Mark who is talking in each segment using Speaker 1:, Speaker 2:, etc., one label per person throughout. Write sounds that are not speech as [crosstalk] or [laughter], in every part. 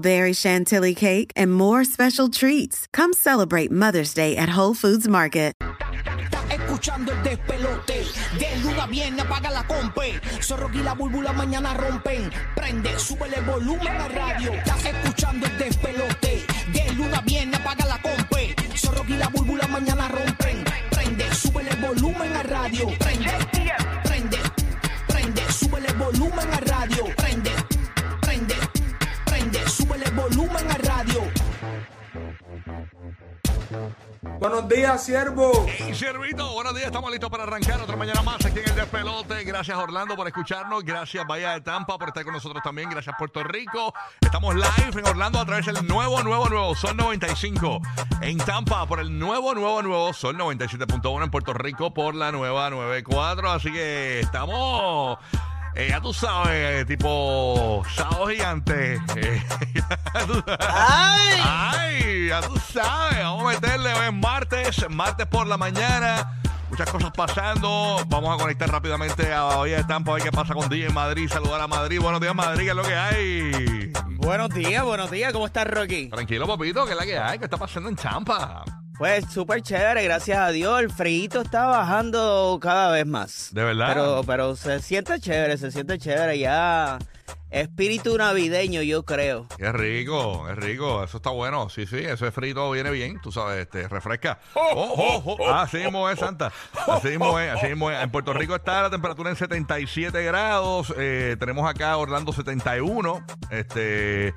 Speaker 1: berry chantilly cake, and more special treats. Come celebrate Mother's Day at Whole Foods Market.
Speaker 2: Estás escuchando el despelote. De luna viene, apaga la compe. Zorro y la búlbula mañana rompen. Prende, sube el volumen a radio. Estás escuchando el despelote. De luna viene, apaga la compe. Zorro y la búlbula mañana rompen. Prende, sube el volumen a radio. Prende, prende, prende, sube el volumen a radio. Prende, prende, prende, sube el volumen a radio.
Speaker 3: Buenos días, siervo.
Speaker 4: Hey, Siervito, buenos días. Estamos listos para arrancar otra mañana más aquí en el Despelote. Gracias, Orlando, por escucharnos. Gracias, Bahía de Tampa, por estar con nosotros también. Gracias, Puerto Rico. Estamos live en Orlando a través del nuevo, nuevo, nuevo Sol 95. En Tampa por el nuevo, nuevo, nuevo Sol 97.1. En Puerto Rico por la nueva 94. Así que estamos. eh, ya tú sabes, tipo sábado gigante. [laughs] Eh, ya tú sabes. Ay, ya tú sabes, vamos a meterle hoy es martes, martes por la mañana. Muchas cosas pasando. Vamos a conectar rápidamente a Bahía de Tampa, a ver qué pasa con DJ en Madrid. Saludar a Madrid. Buenos días, Madrid, ¿qué es lo que hay?
Speaker 5: Buenos días, buenos días, ¿cómo estás, Rocky?
Speaker 4: Tranquilo, papito, ¿qué es la que hay? ¿Qué está pasando en Tampa?
Speaker 5: Pues súper chévere, gracias a Dios. El frío está bajando cada vez más.
Speaker 4: De verdad.
Speaker 5: Pero, pero se siente chévere, se siente chévere. Ya espíritu navideño, yo creo.
Speaker 4: Es rico, es rico, eso está bueno. Sí, sí, eso es frito, viene bien, tú sabes, este, refresca. Oh, oh, oh. Así mismo es, [laughs] Santa. Así mismo es, así mismo es. En Puerto Rico está la temperatura en 77 grados. eh, tenemos acá Orlando 71. Este,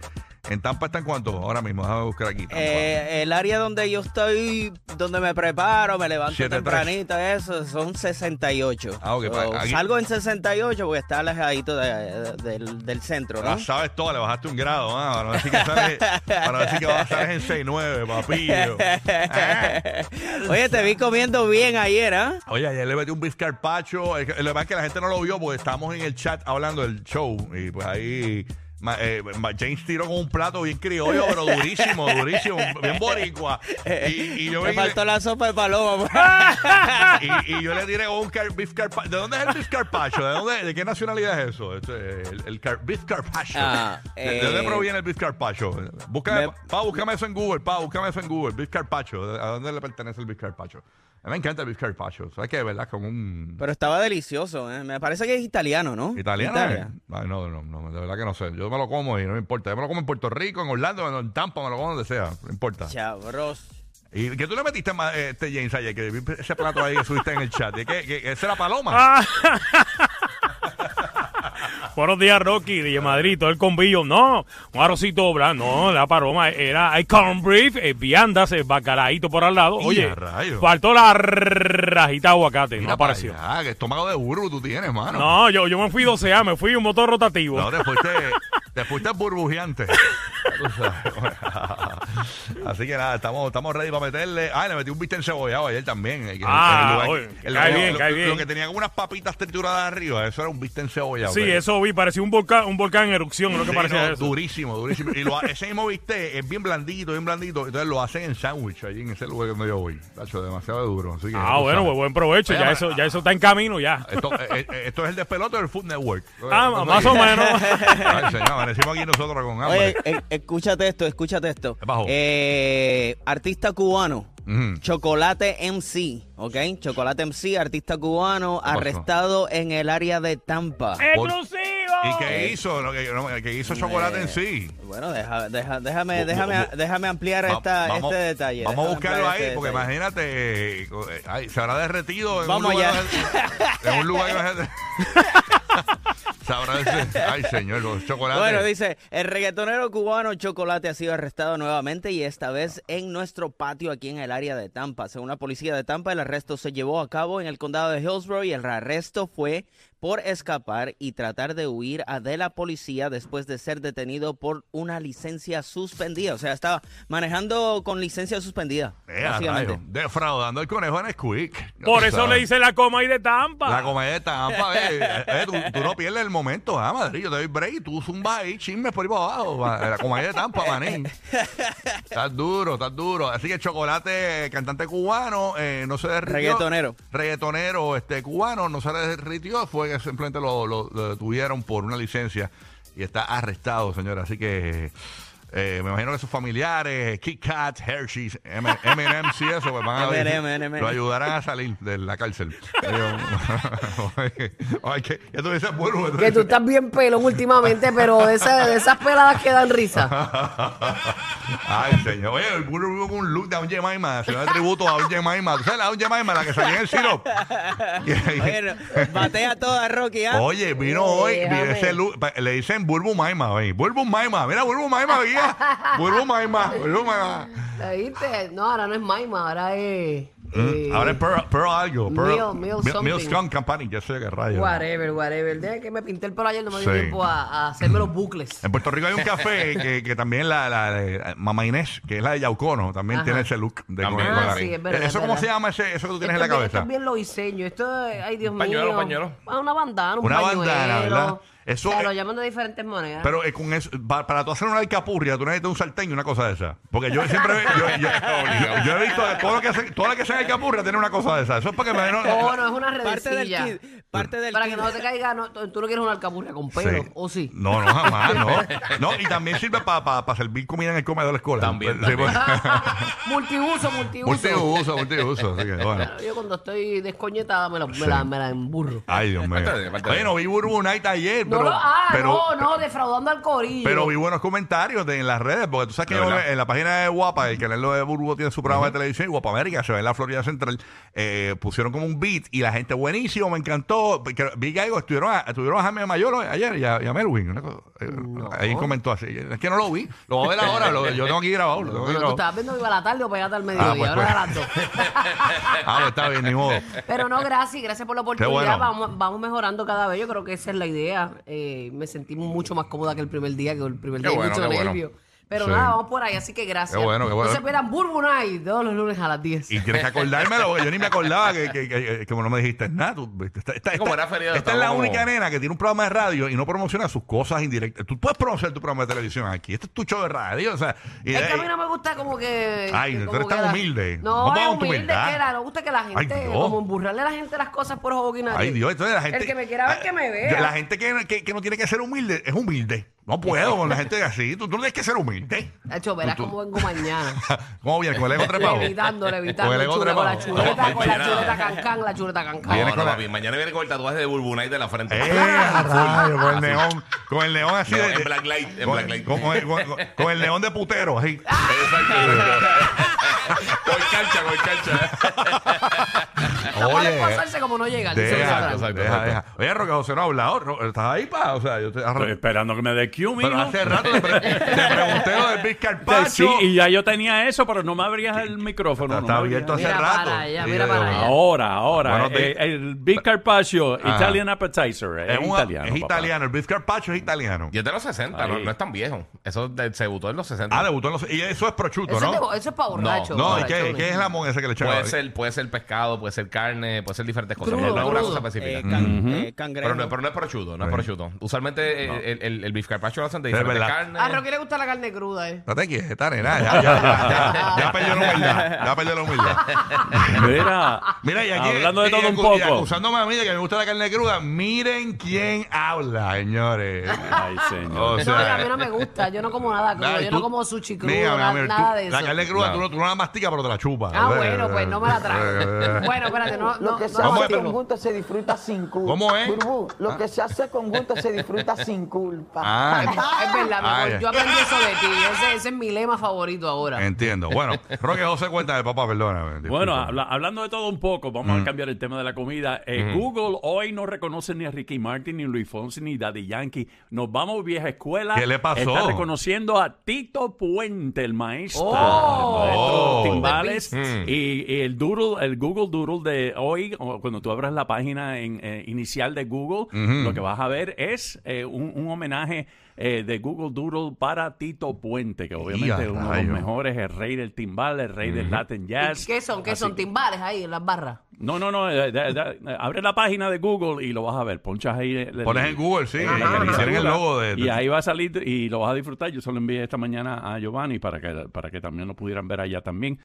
Speaker 4: ¿En Tampa están cuánto? Ahora mismo, déjame buscar aquí. Tampa.
Speaker 5: Eh, el área donde yo estoy, donde me preparo, me levanto
Speaker 4: Siete, tres.
Speaker 5: tempranito, eso, son 68.
Speaker 4: Ah, ok,
Speaker 5: So,
Speaker 4: pa- aquí-
Speaker 5: Salgo en 68 porque está alejadito de- de- del, del centro, ¿no?
Speaker 4: La Ah, sabes toda, le bajaste un grado, ah, para no decir que sabes, para no decir que vas a en 6-9, papillo.
Speaker 5: [laughs]
Speaker 4: Ah.
Speaker 5: Oye, te vi comiendo bien ayer, ¿ah?
Speaker 4: Oye, ayer le metí un beef carpacho. Es que- Lo que pasa es que la gente no lo vio porque estábamos en el chat hablando del show. Y pues ahí ma- eh, ma- James tiró con un plato bien criollo, pero durísimo, durísimo, bien boricua. Y, y yo
Speaker 5: Me
Speaker 4: vine-
Speaker 5: faltó la sopa de paloma. pues.
Speaker 4: [laughs] y- y yo le tiré un car- beef carpacho. ¿De dónde es el beef carpacho? ¿De, dónde, de qué nacionalidad es eso? Esto es el, el car- beef carpacho.
Speaker 5: Ah,
Speaker 4: ¿De, de
Speaker 5: eh,
Speaker 4: dónde proviene el beef carpacho? Búscame,
Speaker 5: me-
Speaker 4: pa, búscame eso en Google, pa, búscame eso en Google. Beef carpacho. ¿A dónde le pertenece el beef carpacho? A mí me encanta el beef carpacho. ¿Sabes qué? ¿Verdad? Como un...
Speaker 5: Pero estaba delicioso, ¿eh? Me parece que es italiano, ¿no?
Speaker 4: ¿Italiano?
Speaker 5: Italia.
Speaker 4: eh? Ay, no, no, no, de verdad que no sé. Yo me lo como y no me importa. Yo me lo como en Puerto Rico, en Orlando, en Tampa, me lo como donde sea. No importa.
Speaker 5: Chabros.
Speaker 4: ¿Y qué tú le metiste a este James ayer? Que vi ese plato ahí que subiste en el chat. ¿Y qué, qué- ¿Esa era
Speaker 6: Ah,
Speaker 4: paloma?
Speaker 6: Buenos días, Rocky, de Madrid, todo el combillo. No, un arrocito blanco. No, la paloma era hay corn beef, eh, viandas, eh, bacalaíto por al lado.
Speaker 4: Y a
Speaker 6: Oye,
Speaker 4: rayos.
Speaker 6: faltó la rajita de aguacate, no apareció.
Speaker 4: Ah, que estómago de burro tú tienes, mano.
Speaker 6: No, yo, yo me fui 12 me fui un motor rotativo.
Speaker 4: No, te fuiste, te fuiste burbujeante. [laughs] Tú sabes. Así que nada, estamos, estamos ready para meterle. Ah, le metí un bistec encebollado ayer también. eh, que-
Speaker 6: Ah,
Speaker 4: el
Speaker 6: oye,
Speaker 4: el
Speaker 6: cae
Speaker 4: lo-
Speaker 6: bien,
Speaker 4: lo,
Speaker 6: cae
Speaker 4: lo
Speaker 6: bien.
Speaker 4: que tenía como unas papitas trituradas arriba, eso era un bistec encebollado.
Speaker 6: sí,
Speaker 4: que-
Speaker 6: eso vi, parecía un volcán, un volcán en erupción, lo que
Speaker 4: Sí,
Speaker 6: parecía
Speaker 4: no,
Speaker 6: eso.
Speaker 4: Durísimo, durísimo. Y lo, ese mismo bistec es bien blandito, bien blandito. Entonces lo hacen en sándwich allí en ese lugar donde yo voy. Tacho, demasiado duro. Así que,
Speaker 6: Ah,
Speaker 4: tú
Speaker 6: bueno,
Speaker 4: sabes.
Speaker 6: pues buen provecho,
Speaker 4: Oye, ah,
Speaker 6: ya eso, ya eso está en camino
Speaker 4: [laughs]
Speaker 6: ya.
Speaker 4: Esto, eh, eh, esto es el despelote del Food Network.
Speaker 6: Ah,
Speaker 4: Entonces,
Speaker 6: más o menos.
Speaker 4: [laughs] Ay, señor, amanecimos aquí nosotros con hambre.
Speaker 5: Oye, eh, escúchate esto, escúchate esto.
Speaker 4: ¿Qué pasó? Mm.
Speaker 5: Eh, artista cubano.
Speaker 4: Ujú.
Speaker 5: Chocolate MC, ¿ok? Chocolate MC, artista cubano,
Speaker 4: pasó?
Speaker 5: arrestado en el área de Tampa.
Speaker 4: ¡Exclusiva! ¿Y qué hizo? Lo que, no, ¿Qué hizo chocolate en sí?
Speaker 5: Bueno, deja- deja- déjame,
Speaker 4: Bu-
Speaker 5: déjame,
Speaker 4: bu- bu-
Speaker 5: déjame ampliar
Speaker 4: Va-
Speaker 5: esta,
Speaker 4: vamos-
Speaker 5: este detalle.
Speaker 4: Vamos a
Speaker 5: déjame
Speaker 4: buscarlo ahí,
Speaker 5: ampliar este
Speaker 4: porque
Speaker 5: detalle.
Speaker 4: imagínate, eh, co- eh, ay, se habrá derretido en
Speaker 5: Vamos
Speaker 4: un lugar.
Speaker 5: allá.
Speaker 4: donde- En un lugar. donde- [laughs] se habrá derretido. Ay, señor, los chocolates.
Speaker 5: Bueno, dice, el reggaetonero cubano Chocolate ha sido arrestado nuevamente y esta vez en nuestro patio aquí en el área de Tampa. Según la policía de Tampa, el arresto se llevó a cabo en el condado de Hillsborough y el arresto fue por escapar y tratar de huir a de la policía después de ser detenido por una licencia suspendida. O sea, estaba manejando con licencia suspendida.
Speaker 4: Eh, a
Speaker 5: básicamente.
Speaker 4: rayos, defraudando el conejo en Squeak.
Speaker 6: Por eso le hice la coma y de tampa.
Speaker 4: La comedia de Tampa, eh, eh, eh, tú, tú no pierdes el momento, ah, Madrid, yo te doy break, tú zumbas ahí, chismes por ahí para abajo, ma- la comedia de Tampa, manín. Estás duro, estás duro. Así que Chocolate, eh, cantante cubano, eh, no se derritió.
Speaker 5: Reggaetonero.
Speaker 4: Reggaetonero este, cubano, no se derritió, fue que simplemente lo, lo- lo detuvieron por una licencia y está arrestado, señora. Así que... eh, me imagino que sus familiares, Kit Kat, Hershey's, M- M&M's y eso, pues van a ver,
Speaker 5: M&M.
Speaker 4: lo ayudarán a salir de la cárcel. Pero- [laughs] Ay, que, ya tú dices, vuelvo.
Speaker 7: Que tú estás bien pelón últimamente, pero de, esa- de esas peladas que dan risa.
Speaker 4: [laughs] Ay, señor. Oye, el burro vivo con un look de Aunt Jemima. Se le da tributo a Aunt Jemima. ¿Tú sabes la Aunt Jemima, la que salía en el sirop?
Speaker 5: Oye, no, batea toda, Rocky. ¿ah?
Speaker 4: [laughs] Oye, vino hoy, vi
Speaker 7: Déjame.
Speaker 4: ese look, pa- le dicen Burbu Maima, ven, Burbu Maima, mira Burbu Maima, guía, Burbu Maima, Burbu Maima.
Speaker 7: ¿La ¿Viste? No, ahora no es Maima, ahora es. eh,
Speaker 4: Mm, Ahora es Pearl, Pearl algo,
Speaker 7: Mil-
Speaker 4: Pearl,
Speaker 7: Mil
Speaker 4: Mil- Mil
Speaker 7: something.
Speaker 4: Skunk Company, ya sé qué rayo.
Speaker 7: Whatever, whatever. Deja que me pinté el pelo ayer, no me dio
Speaker 4: Sí. Em,
Speaker 7: tiempo a, a hacerme los bucles.
Speaker 4: En Puerto Rico hay un
Speaker 7: [laughs]
Speaker 4: café que, que también la, la de Mamá Inés, que es la de Yaucono, también
Speaker 7: Ajá.
Speaker 4: tiene ese look de
Speaker 7: También.
Speaker 4: con- con
Speaker 7: Ah,
Speaker 4: la-
Speaker 7: sí, es verdad,
Speaker 4: ¿Eso
Speaker 7: es
Speaker 4: cómo
Speaker 7: verdad.
Speaker 4: se llama ese, eso que tú tienes en la
Speaker 7: Esto es bien-
Speaker 4: cabeza?
Speaker 7: Esto es bien lo diseño. Esto, es- ay Dios
Speaker 3: Pañuelo,
Speaker 7: mío.
Speaker 3: pañuelo.
Speaker 7: Ah, una bandana, un
Speaker 4: Una
Speaker 7: pañuelo.
Speaker 4: bandana, ¿verdad? Eso
Speaker 7: o sea,
Speaker 4: es-
Speaker 7: lo llaman de diferentes maneras.
Speaker 4: Pero eh, con eso, pa- para tú hacer una alcapurria, tú necesitas un sartén y una cosa de esa. Porque yo siempre ve-
Speaker 3: [laughs]
Speaker 4: yo, yo- yo- yo he visto que todo lo que hacen, toda la que hacen alcapurria tiene una cosa de esa. Eso es para que me
Speaker 7: [laughs] oh, no, es una
Speaker 5: Parte del
Speaker 7: redecilla.
Speaker 5: kit. Parte del
Speaker 7: Para
Speaker 5: kit.
Speaker 7: que no te caiga, no, tú tú no quieres una alcapurria con pelo,
Speaker 4: Sí.
Speaker 7: pues, ¿o
Speaker 4: [laughs]
Speaker 7: sí?
Speaker 4: No, no,
Speaker 7: [laughs]
Speaker 4: jamás, no. No, y también sirve para servir comida en el comedor de la escuela. Sí,
Speaker 3: También, también.
Speaker 4: [laughs]
Speaker 7: multiuso, multiuso.
Speaker 4: pues, multiuso, multiuso. Así que, bueno.
Speaker 7: Claro, yo cuando estoy descoñetada me la, me la, me la emburro.
Speaker 4: Ay, Dios mío.
Speaker 3: Apártate, apártate.
Speaker 4: Bueno, vi Burbu Night ayer,
Speaker 7: No
Speaker 4: pero,
Speaker 7: lo, ah,
Speaker 4: pero,
Speaker 7: no, no, defraudando al corillo.
Speaker 4: pero vi buenos comentarios de- en las redes, porque tú sabes que
Speaker 3: De
Speaker 4: yo
Speaker 3: verdad.
Speaker 4: me- en la página de Guapa, el canal de Burbu tiene su programa de televisión, y Guapa América, se ve en la Florida Central, eh, pusieron como un beat y la gente buenísimo, me encantó. Porque Vi que algo, estuvieron a, estuvieron a Jaime Mayor hoy- ayer y a, y a Melvin. una cosa, eh, Alguien comentó así. Es que no lo vi, lo voy a ver ahora, lo- yo tengo aquí grabado. Lo tengo
Speaker 7: Pero
Speaker 4: aquí
Speaker 7: tú
Speaker 4: grabado.
Speaker 7: estabas viendo Viva la Tarde o pegate al mediodía,
Speaker 4: Ah, pues,
Speaker 7: ahora
Speaker 4: pues.
Speaker 7: a las dos. [laughs]
Speaker 4: Ah, pues está bien, ni modo.
Speaker 7: Pero no, gracias, gracias por la oportunidad.
Speaker 4: bueno.
Speaker 7: Vamos, vamos mejorando cada vez. Yo creo que esa es la idea. Eh, me sentí mucho más cómoda que el primer día, que el primer día hay
Speaker 3: bueno,
Speaker 7: mucho
Speaker 3: qué bueno.
Speaker 7: nervio. Pero
Speaker 4: Sí.
Speaker 7: nada, vamos por ahí, así que gracias.
Speaker 4: Qué bueno, qué bueno.
Speaker 7: No se pierdan Burbu Night todos los lunes a las 10.
Speaker 4: Y tienes que acordármelo, porque yo ni me acordaba que, que, que- que como no me dijiste nada. tú- esta esta-
Speaker 3: Como
Speaker 4: esta-
Speaker 3: era feriado,
Speaker 4: esta es la
Speaker 3: estaba como-
Speaker 4: única nena que tiene un programa de radio y no promociona sus cosas indirectas. Tú puedes promocionar tu programa de televisión aquí. Este es tu show de radio. O sea, y
Speaker 7: Es que a
Speaker 4: de-
Speaker 7: mí no me gusta como que.
Speaker 4: Ay,
Speaker 7: que
Speaker 4: tú
Speaker 7: como
Speaker 4: eres
Speaker 7: que
Speaker 4: tan
Speaker 7: la-
Speaker 4: humilde. No
Speaker 7: No, es
Speaker 4: vamos a tu
Speaker 7: humilde,
Speaker 4: humildad.
Speaker 7: que la- no gusta que la gente.
Speaker 4: Dios.
Speaker 7: como emburrarle a la gente las cosas por joguinada.
Speaker 4: Ay, Dios, entonces la gente.
Speaker 7: El que me quiera ver, que me vea.
Speaker 4: La gente que, que- que no tiene que ser humilde es humilde. No puedo con la gente así. Tú, tú no tienes que ser humilde. [laughs]
Speaker 7: Hacho, verás cómo vengo mañana.
Speaker 4: ¿Cómo bien? ¿Con el ego trepado? [laughs]
Speaker 7: Levitando, levitando.
Speaker 4: Con el ego
Speaker 7: chula, con la
Speaker 4: trepado.
Speaker 7: chuleta,
Speaker 3: No,
Speaker 7: con la
Speaker 3: mira.
Speaker 7: chuleta cancán, la chuleta cancán.
Speaker 4: Viene
Speaker 3: No,
Speaker 4: con
Speaker 3: no,
Speaker 4: la-
Speaker 3: papi, Mañana viene con el tatuaje de Bulbunay de la frente.
Speaker 4: ¡Eh, a rayos! Con el neón. Con el neón así
Speaker 3: No,
Speaker 4: de.
Speaker 3: en black light, en
Speaker 4: eh, con-
Speaker 3: black light.
Speaker 4: Con, con- con- con el neón de putero, así.
Speaker 7: Ah,
Speaker 3: Exacto. Voy cancha, voy
Speaker 4: [laughs]
Speaker 3: cancha.
Speaker 7: Está mal esforzarse como no llegar. dice
Speaker 4: Deja,
Speaker 7: Luis Ferran.
Speaker 3: exacto.
Speaker 4: deja, deja. Oye, Roque José no ha hablado. Ro- ¿Estás ahí, pa? O sea, yo te,
Speaker 8: Estoy esperando que me dé Q,
Speaker 4: pero
Speaker 8: mijo.
Speaker 4: hace rato te, pre- [laughs] te pregunté lo del Big Carpaccio.
Speaker 8: Sí, y ya yo tenía eso, pero no me abrías el micrófono.
Speaker 4: está,
Speaker 8: no
Speaker 4: está
Speaker 8: me abrías.
Speaker 4: abierto hace
Speaker 7: Mira para
Speaker 4: rato.
Speaker 7: allá,
Speaker 4: Sí,
Speaker 7: mira
Speaker 4: yo-
Speaker 7: para allá.
Speaker 8: Ahora, ahora.
Speaker 4: Bueno,
Speaker 8: eh,
Speaker 4: te-
Speaker 8: el Big Carpaccio,
Speaker 4: Ajá.
Speaker 8: Italian Appetizer. eh, Es,
Speaker 4: Es, un-
Speaker 8: italiano.
Speaker 4: es
Speaker 8: papá.
Speaker 4: italiano. El Beef Carpaccio es italiano.
Speaker 3: Yo de los 60, no,
Speaker 8: Ahí.
Speaker 3: no es tan viejo. Eso de- se debutó en los 60.
Speaker 4: Ah, debutó en los... Y eso es prosciutto,
Speaker 7: Eso, es
Speaker 4: ¿no?
Speaker 7: de- eso es para borracho.
Speaker 4: no, ¿y
Speaker 7: borracho,
Speaker 4: qué, qué es la moneda esa que le echaba?
Speaker 3: puede, ser, puede ser pescado, puede ser carne, puede ser diferentes cosas.
Speaker 7: Crudo,
Speaker 3: pero no es una
Speaker 7: crudo.
Speaker 3: cosa
Speaker 5: Eh,
Speaker 3: específica.
Speaker 5: can- eh, cangrejo.
Speaker 3: pero, no, pero no es prosciutto, no es
Speaker 4: Sí.
Speaker 3: prosciutto. Usualmente eh, el, el, el beef carpaccio lo hacen de
Speaker 4: Eh. Es
Speaker 3: diferentes
Speaker 4: verdad.
Speaker 3: carnes.
Speaker 7: A Rocky le gusta la carne cruda, eh.
Speaker 4: No te quieres, está nena. Ya, ya, ya, ya, ya perdió la humildad. Ya perdió la humildad.
Speaker 8: Mira,
Speaker 4: Mira, y aquí.
Speaker 8: hablando de
Speaker 4: y
Speaker 8: todo un
Speaker 4: acu- y
Speaker 8: poco.
Speaker 4: acusándome a mí de que me gusta la carne cruda. Miren quién habla,
Speaker 7: [laughs]
Speaker 4: señores.
Speaker 8: Ay, señor.
Speaker 4: O
Speaker 7: No, a mí no me gusta. Yo no como
Speaker 4: [laughs]
Speaker 7: nada crudo.
Speaker 4: Ay,
Speaker 7: yo
Speaker 4: tú-
Speaker 7: no como sushi crudo,
Speaker 4: Mira,
Speaker 7: na-
Speaker 4: mira,
Speaker 7: nada
Speaker 4: tú-
Speaker 7: de eso. pues,
Speaker 4: La carne cruda,
Speaker 3: No.
Speaker 4: tú, no, tú no la masticas, pero te la chupas. [laughs] Eh,
Speaker 7: Ah, bueno, pues no me la trago. bueno, espérate, no-
Speaker 9: lo
Speaker 7: no-
Speaker 9: que
Speaker 7: no
Speaker 9: se
Speaker 7: lo
Speaker 9: hace
Speaker 4: entiendo.
Speaker 9: con junto se disfruta sin culpa.
Speaker 4: ¿Cómo es?
Speaker 9: Burbu,
Speaker 4: Ah.
Speaker 9: lo que se hace con junto se disfruta sin culpa.
Speaker 4: Ah,
Speaker 7: [laughs] Es verdad, mi amor,
Speaker 4: Ay.
Speaker 7: yo aprendí eso de ti. Ese, ese es mi lema favorito ahora.
Speaker 4: entiendo. Bueno, Roque José, cuenta de papá, perdóname.
Speaker 8: Bueno,
Speaker 4: disculpa. Mm.
Speaker 8: habla- hablando de todo un poco, vamos a cambiar el tema de la comida. Eh, Google hoy no reconoce ni a Ricky Martin, ni Luis Fonsi, ni Daddy Yankee. Nos vamos vieja escuela.
Speaker 4: ¿Qué le pasó?
Speaker 8: Está reconociendo a Tito Puente, el maestro.
Speaker 7: Oh.
Speaker 8: el maestro de los
Speaker 4: Oh.
Speaker 8: timbales.
Speaker 3: Mm.
Speaker 8: Y, y el doodle, el Google Doodle de hoy, o cuando tú abras la página en, eh, inicial de Google,
Speaker 4: Mm-hmm.
Speaker 8: lo que vas a ver es eh, un, un homenaje eh, de Google Doodle para Tito Puente, que obviamente es uno de
Speaker 4: rayo.
Speaker 8: los mejores, el rey del timbal, el rey del Latin Jazz.
Speaker 7: ¿Y ¿Qué son? ¿Qué
Speaker 8: Así
Speaker 7: son?
Speaker 8: que-
Speaker 7: Timbales ahí en las barras.
Speaker 8: no, no, no. eh, da- da- eh, abre la página de Google y lo vas a ver. Ponchas ahí. el- el-
Speaker 4: Pones en Google, sí.
Speaker 8: el- el-
Speaker 4: y
Speaker 8: el-
Speaker 4: tienen el logo de.
Speaker 8: Eh, Y ahí va a salir y lo vas a disfrutar. Yo se lo envié esta mañana a Giovanni para que, para que también lo pudieran ver allá también.